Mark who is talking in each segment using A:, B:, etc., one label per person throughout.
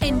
A: En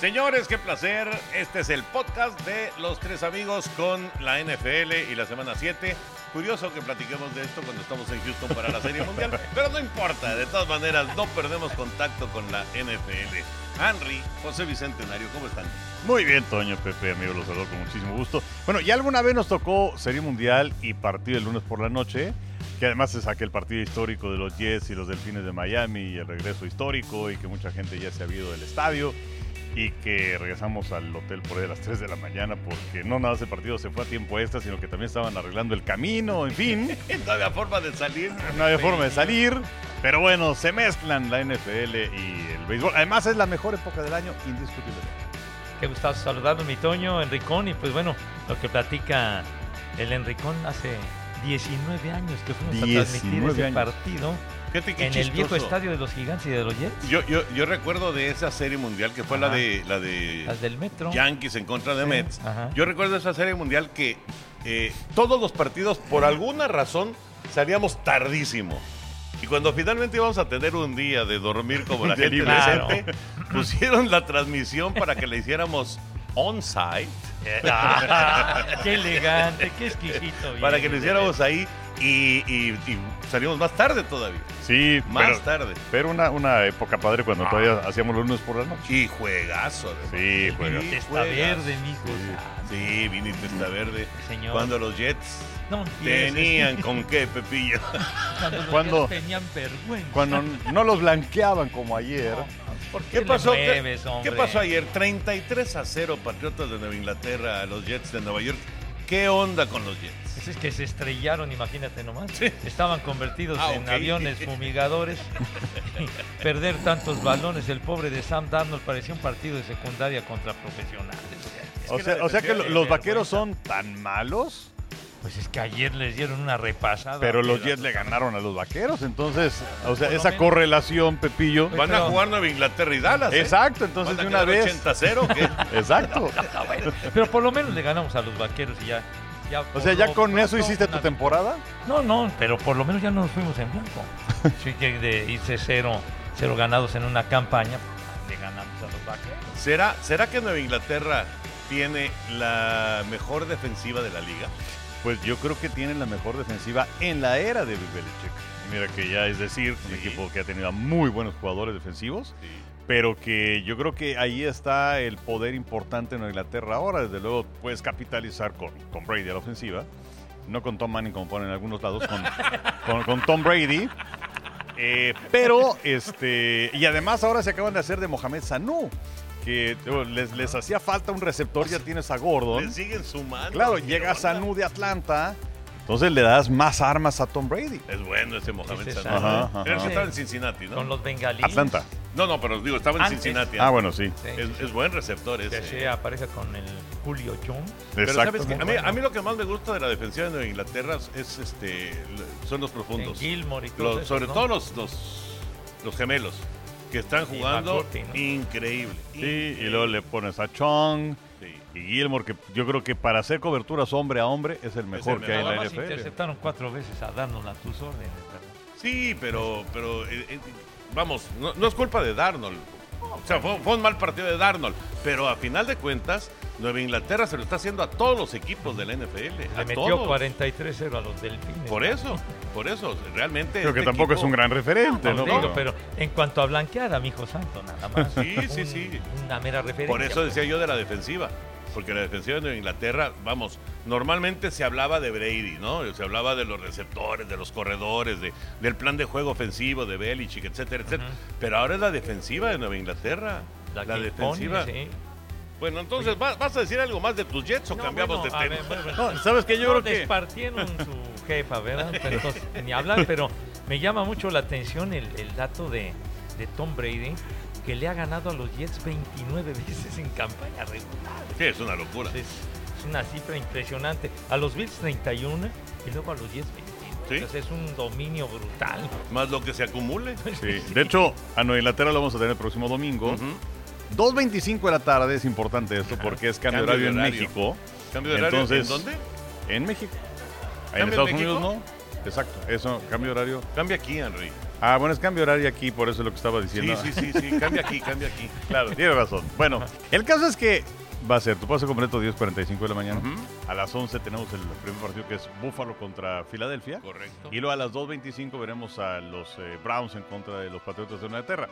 B: Señores, qué placer. Este es el podcast de los tres amigos con la NFL y la semana 7. Curioso que platiquemos de esto cuando estamos en Houston para la Serie Mundial, pero no importa. De todas maneras, no perdemos contacto con la NFL. Henry, José Bicentenario, ¿cómo están?
C: Muy bien, Toño, Pepe, amigo, los saludo con muchísimo gusto. Bueno, ya alguna vez nos tocó Serie Mundial y partido el lunes por la noche, que además se saque el partido histórico de los Jets y los Delfines de Miami y el regreso histórico y que mucha gente ya se ha ido del estadio y que regresamos al hotel por ahí a las 3 de la mañana porque no nada más el partido se fue a tiempo extra, sino que también estaban arreglando el camino, en fin.
B: no había forma de salir.
C: No había forma de salir. Pero bueno, se mezclan la NFL y el béisbol. Además es la mejor época del año, indiscutiblemente.
D: Qué gustazo saludarlo, mi Toño, Enricón, y pues bueno, lo que platica el Enricón hace 19 años que fuimos a transmitir
C: 19
D: ese
C: años.
D: partido
B: Fíjate qué
D: en el viejo
B: chistoso.
D: estadio de los gigantes y de los Jets,
B: Yo, yo, yo recuerdo de esa Serie Mundial que fue la
D: Ajá.
B: de, la de
D: las del metro.
B: Yankees en contra de
D: Sí,
B: Mets.
D: ajá.
B: Yo recuerdo esa serie mundial que eh, todos los partidos, por alguna razón, salíamos tardísimo. Y cuando finalmente íbamos a tener un día de dormir como la
C: De
B: gente
C: libre.
B: decente, pusieron la transmisión para que la hiciéramos on-site,
D: Ah, qué elegante, qué exquisito.
B: para
D: bien,
B: que lo
D: bien,
B: hiciéramos ahí y, y- y salimos más tarde todavía.
C: Sí,
B: Más
C: pero,
B: tarde.
C: pero una, una época padre cuando
B: Ah.
C: todavía hacíamos los lunes por la noche.
B: Y juegazo. además.
C: Sí, bueno.
D: bien. Está
B: juegas.
D: verde, mijo. Ah,
B: Sí, viniste esta verde.
D: Señor.
B: Cuando los Jets
D: no empieces.
B: tenían con qué, Pepillo.
D: Cuando los
C: Cuando-
D: Jets tenían vergüenza.
C: Cuando no los blanqueaban como ayer.
D: ¿Por qué,
B: ¿Qué
D: le
B: pasó?
D: mueves,
B: ¿Qué- ¿Qué
D: hombre?
B: pasó ayer? 33 a 0 Patriotas de Nueva Inglaterra a los Jets de Nueva York. ¿Qué onda con los Jets?
D: Pues es que se estrellaron, imagínate nomás.
B: Sí.
D: Estaban convertidos
B: Ah,
D: en
B: ok.
D: aviones fumigadores. Perder tantos balones, el pobre de Sam Darnold parecía un partido de secundaria contra profesionales.
B: Es
C: O
B: que
C: sea,
B: la
C: o sea que
B: defensiva
C: lo-
D: de
C: los
D: vergüenza.
C: vaqueros son tan malos,
D: Pues es que ayer les dieron una repasada.
C: pero los Jets le ganaron a los vaqueros. Entonces, o sea, esa correlación, Pepillo.
B: Van a
D: pero-
B: jugar Nueva Inglaterra y Dallas. ¿eh?
C: Exacto, entonces
B: ¿Van a
C: de una
B: quedar
C: vez.
B: 80 a 0 o qué?
C: Exacto.
D: Ah, bueno, pero por lo menos le ganamos a los vaqueros y ya. ya
C: O
D: por
C: sea, ya
D: lo
C: con eso
D: pronto
C: hiciste tu
D: una-
C: temporada.
D: No, no, pero por lo menos ya no nos fuimos en blanco. Sí que de irse cero, cero ganados en una campaña, le ganamos a los vaqueros.
B: ¿Será, ¿Será que Nueva Inglaterra tiene la mejor defensiva de la liga?
C: Pues yo creo que tienen la mejor defensiva en la era de Bill Belichick. Y Mira que ya es decir, un
B: Sí.
C: equipo que ha tenido a muy buenos jugadores defensivos, pero que yo creo que ahí está el poder importante en Inglaterra ahora. Desde luego puedes capitalizar con, con Brady a la ofensiva, no con Tom Manning como ponen en algunos lados, con, con- con Tom Brady. Eh, pero, este, y además ahora se acaban de hacer de Mohamed Sanu, que digo, les, les hacía falta un receptor, ya tienes a Gordon.
B: Le siguen sumando.
C: Claro,
B: ¿Qué
C: llega
B: onda?
C: Sanu de Atlanta, Entonces le das más armas a Tom Brady.
B: Es bueno ese Mohamed
C: Ese
B: Sanu.
C: Sanu. Ajá,
B: Creo
C: ajá.
B: que estaba en Cincinnati, ¿no?
D: Con los bengalíes.
C: Atlanta.
B: No, no, pero digo, estaba en
D: Antes.
B: Cincinnati.
C: Ah, bueno, sí.
B: Es, es buen receptor
D: Que
B: ese.
D: se aparece con el Julio Jones.
B: Pero sabes que a mí,
D: Bueno,
B: a mí lo que más me gusta de la defensiva de Nueva Inglaterra es este l- son los profundos.
D: En Gilmore y todos
B: Los-
D: esos,
B: sobre
D: ¿no?
B: todo los, los, los gemelos que están
D: Y
B: jugando
D: McCourty, ¿no?
B: increíble.
C: Sí, y luego le pones a Chong y Gilmore, que yo creo que para hacer coberturas hombre a hombre es el mejor que hay en
D: nada
C: la
D: más
C: NFL.
D: interceptaron cuatro veces a Darnold a tus órdenes. ¿verdad?
B: Sí, pero, pero eh, eh, vamos, no, no es culpa de Darnold. O sea, fue, fue un mal partido de Darnold. Pero a final de cuentas, Nueva Inglaterra se lo está haciendo a todos los equipos de la NFL.
D: Le
B: a
D: metió
B: todos.
D: 43-0 a los Delfines.
B: Por eso, por eso, realmente.
C: Creo que
B: este
C: tampoco
B: equipo-
C: es un gran referente, ¿no?
D: Digo, pero en cuanto a blanquear a mi hijo santo, nada más.
B: Sí, sí, sí.
D: Una mera referencia.
B: Por eso decía yo de la defensiva. Porque la defensiva de Nueva Inglaterra, vamos, normalmente se hablaba de Brady, ¿no? Se hablaba de los receptores, de los corredores, de, del plan de juego ofensivo de Belichick, etcétera, etcétera. Pero ahora es la defensiva de Nueva Inglaterra. La,
D: que
B: defensiva.
D: pone, sí.
B: Bueno, entonces, ¿va- ¿vas a decir algo más de tus Jets o
D: No,
B: cambiamos
D: bueno, a
B: de
D: ver,
B: tema?
D: bueno,
C: No, ¿sabes qué? Yo
D: no
C: creo que-
D: Despartieron su jefa, ¿verdad? Pero entonces, ni hablar, pero me llama mucho la atención el, el dato de, de Tom Brady, que le ha ganado a los Jets 29 veces en campaña regular.
B: Sí, es una locura.
D: Es, es una cifra impresionante. A los Bills 31 y luego a los Jets 29.
B: Sí.
D: Entonces, es un dominio brutal.
B: Más lo que se acumule.
C: Sí, De hecho, a Nueva Inglaterra lo vamos a tener el próximo domingo. 2.25 de la tarde, es importante esto porque es cambio, de
B: Cambio
C: horario
B: de
C: en
B: horario.
C: México.
B: ¿Cambio de horario
C: Entonces,
B: en dónde?
C: En México.
B: ¿Cambio
C: En
B: en
C: Estados
B: México?
C: Unidos no. Exacto, eso, cambio de horario.
B: Cambia aquí, Henry.
C: Ah, bueno, es cambio de horario aquí, por eso es lo que estaba
B: Sí,
C: diciendo.
B: sí, sí, sí, cambia aquí, cambia aquí.
C: Claro, tiene razón. Bueno, el caso es que va a ser tu paso completo 10.45 de la mañana. A las 11 tenemos el primer partido que es Búfalo contra Filadelfia.
B: Correcto.
C: Y luego a las 2.25 veremos a los eh, Browns en contra de los Patriotas de Inglaterra.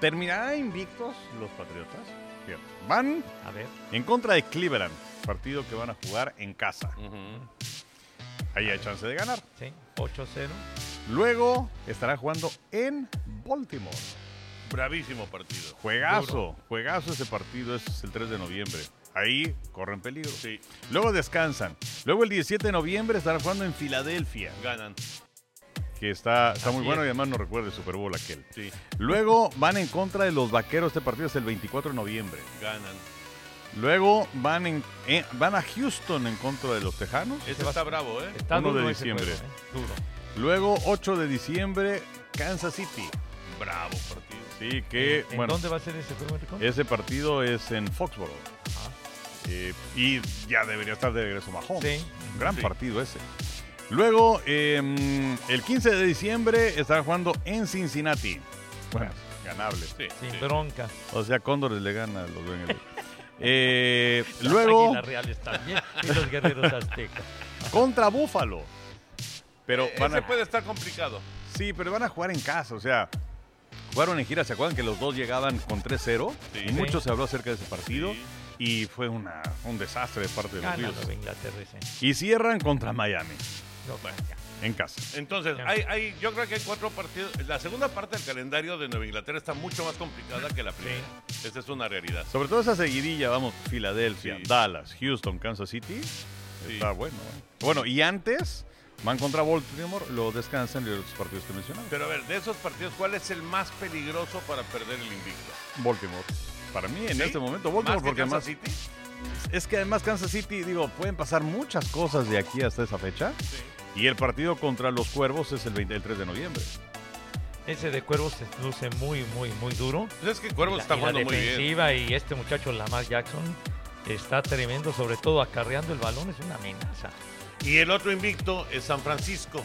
C: ¿Terminarán invictos los Patriotas? Fíjate, Van
D: A ver,
C: en contra de Cleveland, partido que van a jugar en casa. Ahí hay chance de ganar.
D: sí, 8-0.
C: Luego estará jugando en Baltimore.
B: Bravísimo partido.
C: Juegazo, juegazo ese partido, es el 3 de noviembre. Ahí corren peligro.
B: Sí,
C: Luego descansan. Luego el 17 de noviembre estará jugando en Filadelfia,
B: ganan.
C: que está, está muy
D: Así
C: bueno
D: es.
C: y además no recuerda el Super Bowl aquel.
B: Sí,
C: Luego van en contra de los vaqueros, este partido es el 24 de noviembre.
B: ganan.
C: Luego van, en, eh, van a Houston en contra de los Tejanos.
B: Ese está bravo, ¿eh?
D: Está
C: 1 de
D: duro ese
C: diciembre.
D: juego, ¿eh? Duro.
C: Luego 8 de diciembre, Kansas City.
B: Bravo partido.
C: Sí, que
D: ¿eh? ¿En
C: bueno, Eh,
D: dónde va a ser ese juego, Enrico?
C: ese partido es en Foxborough.
D: Ajá.
C: Eh, y ya debería estar de regreso Mahomes.
D: Sí.
C: Un Gran
B: Sí.
C: partido ese. Luego, eh, el 15 de diciembre estará jugando en Cincinnati. Bueno, ganable.
B: Sí,
D: Sin
B: sí.
D: bronca.
C: O sea, Cóndores le gana a los dueños. Eh, luego,
D: Las águilas reales también. Y los guerreros aztecas.
C: contra Búfalo. Pero
B: Ese
C: van a,
B: puede estar complicado.
C: sí, pero van a jugar en casa. O sea, jugaron en gira. ¿Se acuerdan que los dos llegaban con 3-0?
B: Sí.
C: Y mucho se habló acerca de ese partido.
B: Sí.
C: Y fue una, un desastre de parte de los
D: Gana
C: Bills.
D: lo de Inglaterra ese.
C: Y cierran contra Miami,
D: ¿eh? No, pues, ya.
C: en casa.
B: Entonces, hay, hay, yo creo que hay cuatro partidos. La segunda parte del calendario de Nueva Inglaterra está mucho más complicada que la primera. Esa es una realidad.
C: Sobre todo esa seguidilla, vamos, Filadelfia,
B: Sí.
C: Dallas, Houston, Kansas City. Está bueno. ¿eh? Bueno, y antes van contra Baltimore, lo descansan de los partidos que mencionaba.
B: Pero a ver, de esos partidos, ¿cuál es el más peligroso para perder el invicto?
C: Baltimore. Para mí, en
B: ¿Sí?
C: este momento,
B: ¿Más
C: Baltimore,
B: que
C: porque
B: Kansas
C: además.
B: City?
C: Es que además, Kansas City, digo, pueden pasar muchas cosas de aquí hasta esa fecha. Y el partido contra los Cuervos es el 23 de noviembre.
D: Ese de Cuervos se luce muy, muy, muy duro.
B: Pues es que Cuervos
D: La-
B: está
D: y la
B: jugando muy bien.
D: defensiva y este muchacho Lamar Jackson está tremendo, sobre todo acarreando el balón, es una amenaza.
B: Y el otro invicto es San Francisco.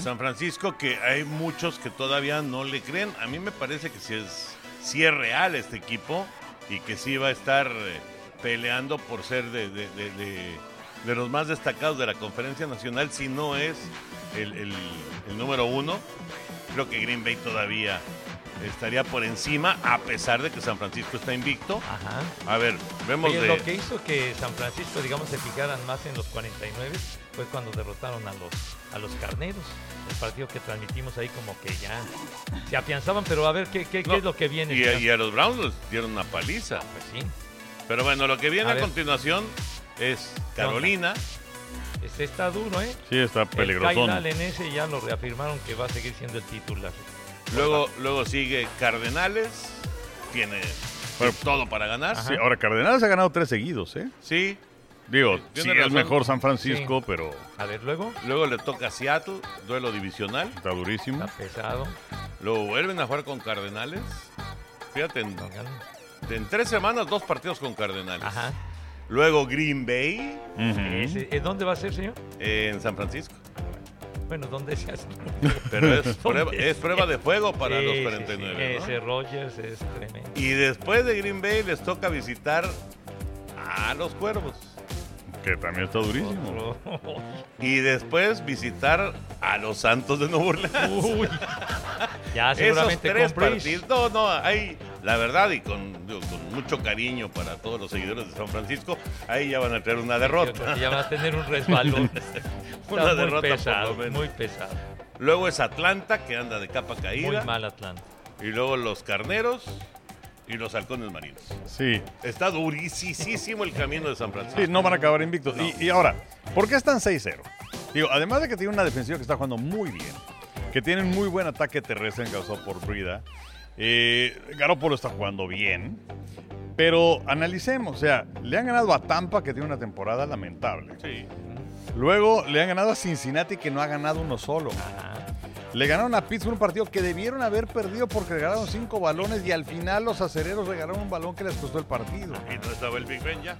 B: San Francisco, que hay muchos que todavía no le creen. A mí me parece que sí es, sí es real este equipo y que sí va a estar eh, peleando por ser de, de- de- de- de los más destacados de la Conferencia Nacional, si no es el, el- el número uno. Creo que Green Bay todavía estaría por encima, a pesar de que San Francisco está invicto.
D: Ajá.
B: A ver, vemos
D: Oye,
B: de...
D: lo que hizo que San Francisco, digamos, se fijaran más en los 49 fue cuando derrotaron a los, a los carneros. El partido que transmitimos ahí como que ya se afianzaban, pero a ver qué, qué, qué
B: No,
D: es lo que viene.
B: Y, a-
D: Ya-
B: y a los Browns les dieron una paliza.
D: Pues sí,
B: Pero bueno, lo que viene
D: A
B: a,
D: ver.
B: continuación es Carolina
D: Este está duro, ¿eh?
C: Sí, está
D: El Kyle
C: peligrosón.
D: Allen ese ya lo reafirmaron que va a seguir siendo el titular.
B: Luego, luego sigue Cardenales. Tiene todo para ganar.
C: Sí, ahora Cardenales ha ganado tres seguidos, ¿eh?
B: Sí.
C: Digo,
B: Tiene
C: sí, es
B: razón.
C: mejor San Francisco,
B: Sí.
C: pero
D: A ver, luego.
B: Luego le toca Seattle, duelo divisional.
C: está durísimo.
D: pesado.
B: Lo vuelven a jugar con Cardenales. Fíjate, en, en tres semanas, dos partidos con Cardenales. Luego Green Bay
D: Ese- ¿eh, ¿Dónde va a ser, señor?
B: eh, en San Francisco.
D: Bueno, ¿dónde se hace?
B: Pero es prueba,
D: ¿Dónde
B: es prueba de fuego para
D: Sí,
B: los
D: sí,
B: 49.
D: sí.
B: ¿no?
D: Ese Rogers es tremendo.
B: Y después de Green Bay les toca visitar a los Cuervos.
C: Que también está durísimo.
B: Y después visitar a los Santos de Nueva Orleans.
D: Uy. Ya
B: Esos
D: seguramente
B: tres
D: con Breeze.
B: partidos. No, no, hay, la verdad, y con, digo, con mucho cariño para todos los seguidores de San Francisco, ahí ya van a tener una derrota.
D: Y Ya va a tener un resbalón.
B: Una
D: Está muy
B: derrota, por
D: pesado,
B: lo menos.
D: muy pesado.
B: Luego es Atlanta, que anda de capa caída.
D: Muy mal Atlanta.
B: Y luego los Carneros y los Halcones Marinos.
C: Sí.
B: Está durísimo el camino de San Francisco.
C: Sí, no van a acabar invictos. Y, y ahora, ¿por qué están 6-0? Digo, además de que tiene una defensiva que está jugando muy bien, que tiene un muy buen ataque terrestre encausado por Brida, eh, Garoppolo está jugando bien, pero analicemos, o sea, le han ganado a Tampa, que tiene una temporada lamentable.
B: Sí.
C: Luego le han ganado a Cincinnati, que no ha ganado uno solo. Le ganaron a Pittsburgh un partido que debieron haber perdido porque regalaron cinco balones y al final los acereros regalaron un balón que les costó el partido.
B: Y no estaba el Big Ben ya.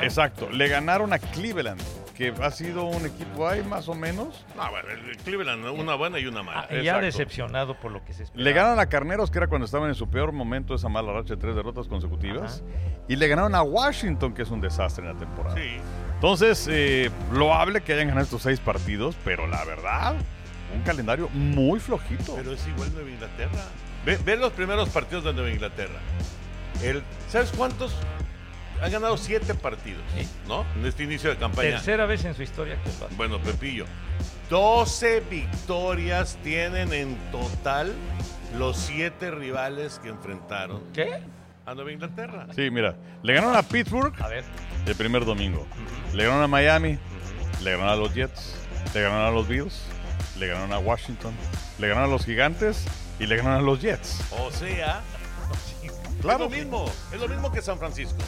C: Exacto, le ganaron a Cleveland, que ha sido un equipo ahí más o menos.
B: No, bueno, el Cleveland, una buena y una mala.
D: Ah, Y ya
B: Ah, Exacto.
D: decepcionado por lo que se
C: Le
D: espera.
C: ganaron a Carneros, que era cuando estaban en su peor momento, esa mala racha de tres derrotas consecutivas. Y le ganaron a Washington, que es un desastre en la temporada.
B: Sí.
C: Entonces, eh, loable que hayan ganado estos seis partidos, pero la verdad, un calendario muy flojito.
B: Pero es igual Nueva Inglaterra. Ve, ve los primeros partidos de Nueva Inglaterra. El, ¿Sabes cuántos? Han ganado siete partidos, ¿no? En este inicio de campaña.
D: Tercera vez en su historia que pasa.
B: Bueno, Pepillo, 12 victorias tienen en total los siete rivales que enfrentaron
D: ¿Qué?
B: a Nueva Inglaterra.
C: Sí, mira, le ganaron a Pittsburgh
D: A ver.
C: el primer domingo. Le ganaron a Miami, le ganaron a los Jets, le ganaron a los Bills, le ganaron a Washington, le ganaron a los Gigantes y le ganaron a los Jets.
B: O sea,
C: Claro.
B: es lo mismo, es lo mismo que San Francisco.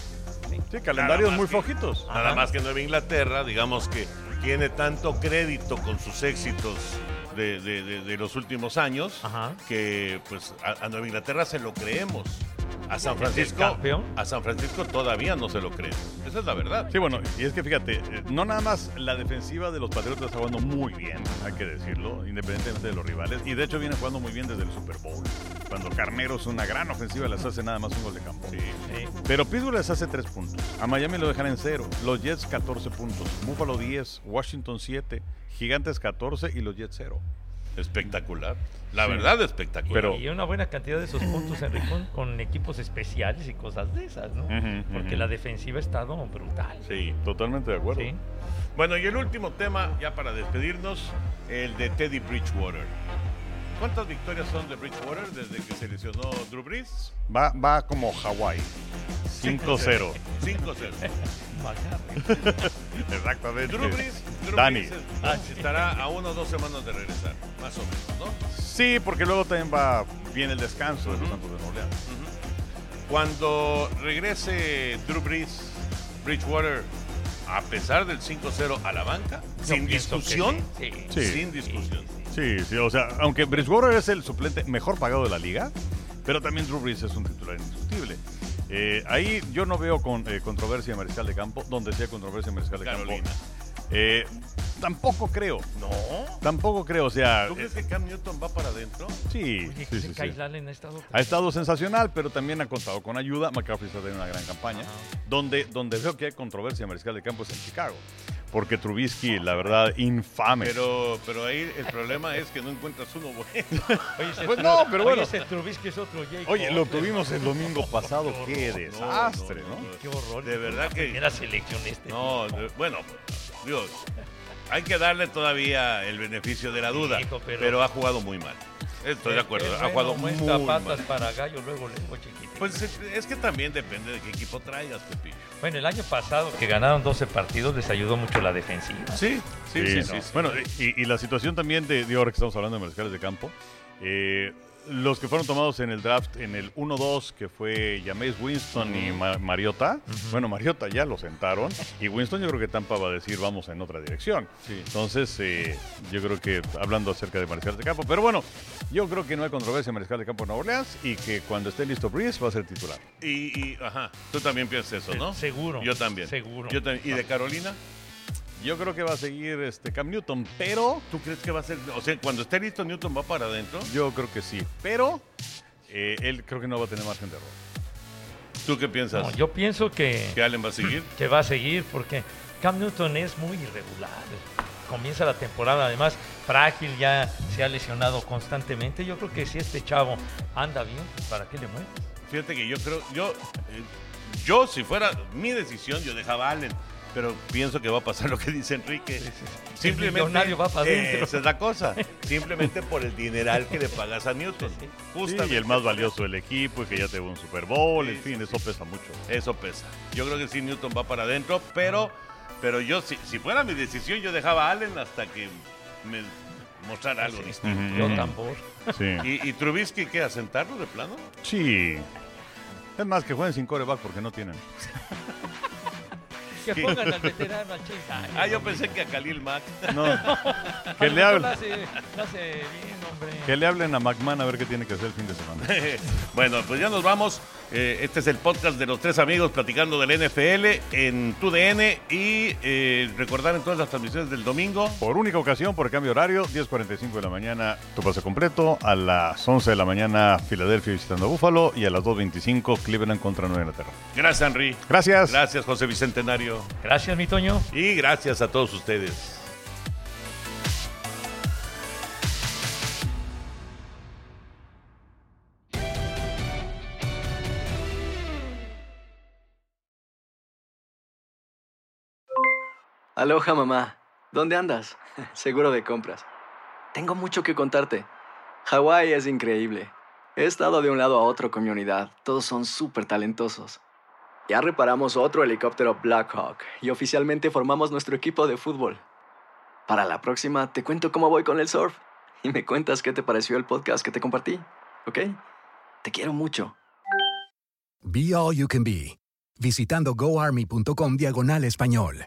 C: Sí, calendarios
B: más
C: muy
B: que- Ah,
C: flojitos.
B: Nada más que Nueva Inglaterra, digamos que tiene tanto crédito con sus éxitos de, de- de- de los últimos años
D: Ajá.
B: que pues a, a Nueva Inglaterra se lo creemos. A San
D: ¿Es
B: Francisco,
D: campeón?
B: a San Francisco todavía no se lo creen. Esa es la verdad.
C: Sí, bueno, y es que fíjate, eh, no nada más la defensiva de los Patriotas está jugando muy bien, hay que decirlo, independientemente de los rivales. Y de hecho viene jugando muy bien desde el Super Bowl. Cuando Carneros, una gran ofensiva, les hace nada más un gol de campo.
D: Sí.
C: Pero Pittsburgh les hace 3 puntos. A Miami lo dejan en 0. Los Jets 14 puntos. Buffalo 10. Washington 7. Gigantes 14 y los Jets 0.
B: Espectacular. La
C: Sí.
B: verdad, espectacular.
C: Pero-
D: Y una buena cantidad de esos puntos en Rincón con equipos especiales y cosas de esas, ¿no?
C: Ujú,
D: Porque
C: ujú.
D: la defensiva ha estado brutal.
B: Sí.
C: Totalmente de acuerdo.
D: Sí.
B: Bueno, y el último tema, ya para despedirnos, el de Teddy Bridgewater. ¿Cuántas victorias son de Bridgewater desde que se lesionó Drew Brees?
C: Va, va como Hawái. 5-0.
B: 5-0.
C: Exactamente.
B: Drew Brees, Drew
C: Dani.
B: Brees es- ah, estará a una o dos semanas de regresar, más o menos, ¿no?
C: Sí, porque luego también va bien el descanso de los Santos de Nueva Orleans.
B: Cuando regrese Drew Brees, Bridgewater, a pesar del 5-0 a la banca, sin
D: pienso que
B: discusión,
D: sí, sí.
C: Sí.
B: sin discusión.
C: Sí, sí, o sea, aunque Bridgewater es el suplente mejor pagado de la liga, pero también Drew Brees es un titular indiscutible. Eh, ahí yo no veo con, eh, controversia de mariscal de campo, donde sea controversia de mariscal de
B: Carolina.
C: campo. Eh, tampoco creo,
B: No.
C: tampoco creo, o sea,
B: ¿Tú
C: eh,
B: crees que Cam Newton va para adentro?
C: sí,
D: Oye, que
C: sí,
D: ese
C: sí, sí.
D: Kyle Allen ha estado...
C: Ha estado sensacional, pero también ha contado con ayuda. McCaffrey está teniendo una gran campaña.
B: Ah.
C: Donde, donde veo que hay controversia de mariscal de campo es en Chicago, porque Trubisky, la verdad, infame.
B: Pero, pero ahí el problema es que no encuentras uno bueno.
D: Oye, ese
C: Pues
D: Tru-
C: no, pero
D: oye,
C: bueno.
D: ese Trubisky es otro Jake
C: Oye, lo
D: Cutler.
C: tuvimos el domingo pasado, qué desastre, ¿no?
D: Qué horror.
B: De verdad que-
D: Primera selección este.
B: No, de- bueno, digo, hay que darle todavía el beneficio de la duda,
D: Hijo, pero- Eh,
B: pero... ha jugado muy mal. Estoy de acuerdo.
D: Es
B: Ha jugado muy
D: bueno, muestra patas
B: mal.
D: para gallo, luego lengua chiquita.
B: Pues es, es que también depende de qué equipo traigas, Pepillo.
D: Bueno, el año pasado que ganaron 12 partidos les ayudó mucho la defensiva.
C: Sí, sí, sí. sí, sí. Bueno, y, y la situación también de, de ahora que estamos hablando de mariscales de campo. eh, los que fueron tomados en el draft en el 1-2, que fue James Winston y Ma- Mariota. Bueno, Mariota ya lo sentaron. Y Winston, yo creo que Tampa va a decir, vamos en otra dirección. Entonces, eh, yo creo que hablando acerca de mariscales de campo. Pero bueno, yo creo que no hay controversia en mariscal de campo en Nueva Orleans y que cuando esté listo Breeze va a ser titular.
B: Y, y, ajá, tú también piensas eso, ¿no?
D: Seguro.
B: Yo también.
D: Seguro.
B: Yo también. ¿Y de Carolina?
C: Yo creo que va a seguir este Cam Newton, pero.
B: ¿Tú crees que va a ser.? O sea, cuando esté listo, Newton va para adentro.
C: Yo creo que sí. Pero eh, él creo que no va a tener margen de error.
B: ¿Tú qué piensas?
D: No, yo pienso que,
B: ¿Que Allen va a seguir?
D: que va a seguir porque Cam Newton es muy irregular. Comienza la temporada, además, frágil, ya se ha lesionado constantemente. Yo creo que si este chavo anda bien, pues, ¿para qué le mueve?
B: Fíjate que yo creo. Yo, eh, yo si fuera mi decisión, yo dejaba a Allen. Pero pienso que va a pasar lo que dice Enrique. Simplemente.
D: El millonario va para
B: Eh,
D: adentro.
B: Esa es la cosa. Simplemente por el dineral que le pagas a Newton. Justamente.
C: y el más valioso del equipo y que ya te un Super Bowl, en fin, eso pesa mucho.
B: Eso pesa. Yo creo que sí, Newton va para adentro, pero, pero yo, si, si fuera mi decisión, yo dejaba a Allen hasta que me mostrara algo distinto.
D: Yo tambor.
C: Sí.
B: ¿Y, y Trubisky qué? ¿A sentarlo de plano?
C: Sí. Es más que jueguen sin coreback porque no tienen.
D: Que pongan al veterano al Chase Daniel,
B: Ah, yo
D: hombre.
B: pensé que a Khalil Mack.
C: No. que,
D: Al
C: le
D: rato la
C: hablen,
D: hace- la hace bien, hombre.
C: que le hablen a McMahon a ver qué tiene que hacer el fin de semana.
B: bueno, pues ya nos vamos. Eh, este es el podcast de los tres amigos platicando del NFL en TUDN y eh, recordar entonces las transmisiones del domingo.
C: Por única ocasión, por cambio de horario, 10.45 de la mañana tu pase completo, a las 11 de la mañana Filadelfia visitando a Búfalo y a las 2.25 Cleveland contra Nueva Inglaterra.
B: Gracias, Henry.
C: Gracias.
B: Gracias, José Bicentenario.
D: Gracias, mi Toño.
B: Y gracias a todos ustedes.
E: Aloha mamá, ¿dónde andas? Seguro de compras. Tengo mucho que contarte. Hawái es increíble. He estado de un lado a otro con mi unidad. Todos son súper talentosos. Ya reparamos otro helicóptero Blackhawk y oficialmente formamos nuestro equipo de fútbol. Para la próxima te cuento cómo voy con el surf y me cuentas qué te pareció el podcast que te compartí, ¿ok? Te quiero mucho.
F: Be All You Can Be, visitando goarmy.com diagonal español.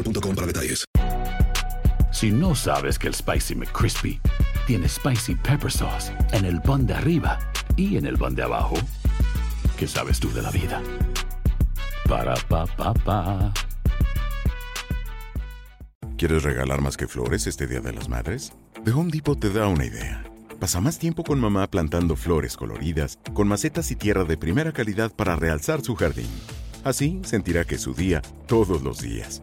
G: para detalles.
H: Si no sabes que el Spicy McCrispy tiene Spicy Pepper Sauce en el pan de arriba y en el pan de abajo, ¿qué sabes tú de la vida? Para, pa, pa, pa.
I: ¿Quieres regalar más que flores este Día de las Madres? The Home Depot te da una idea. Pasa más tiempo con mamá plantando flores coloridas, con macetas y tierra de primera calidad para realzar su jardín. Así sentirá que es su día todos los días.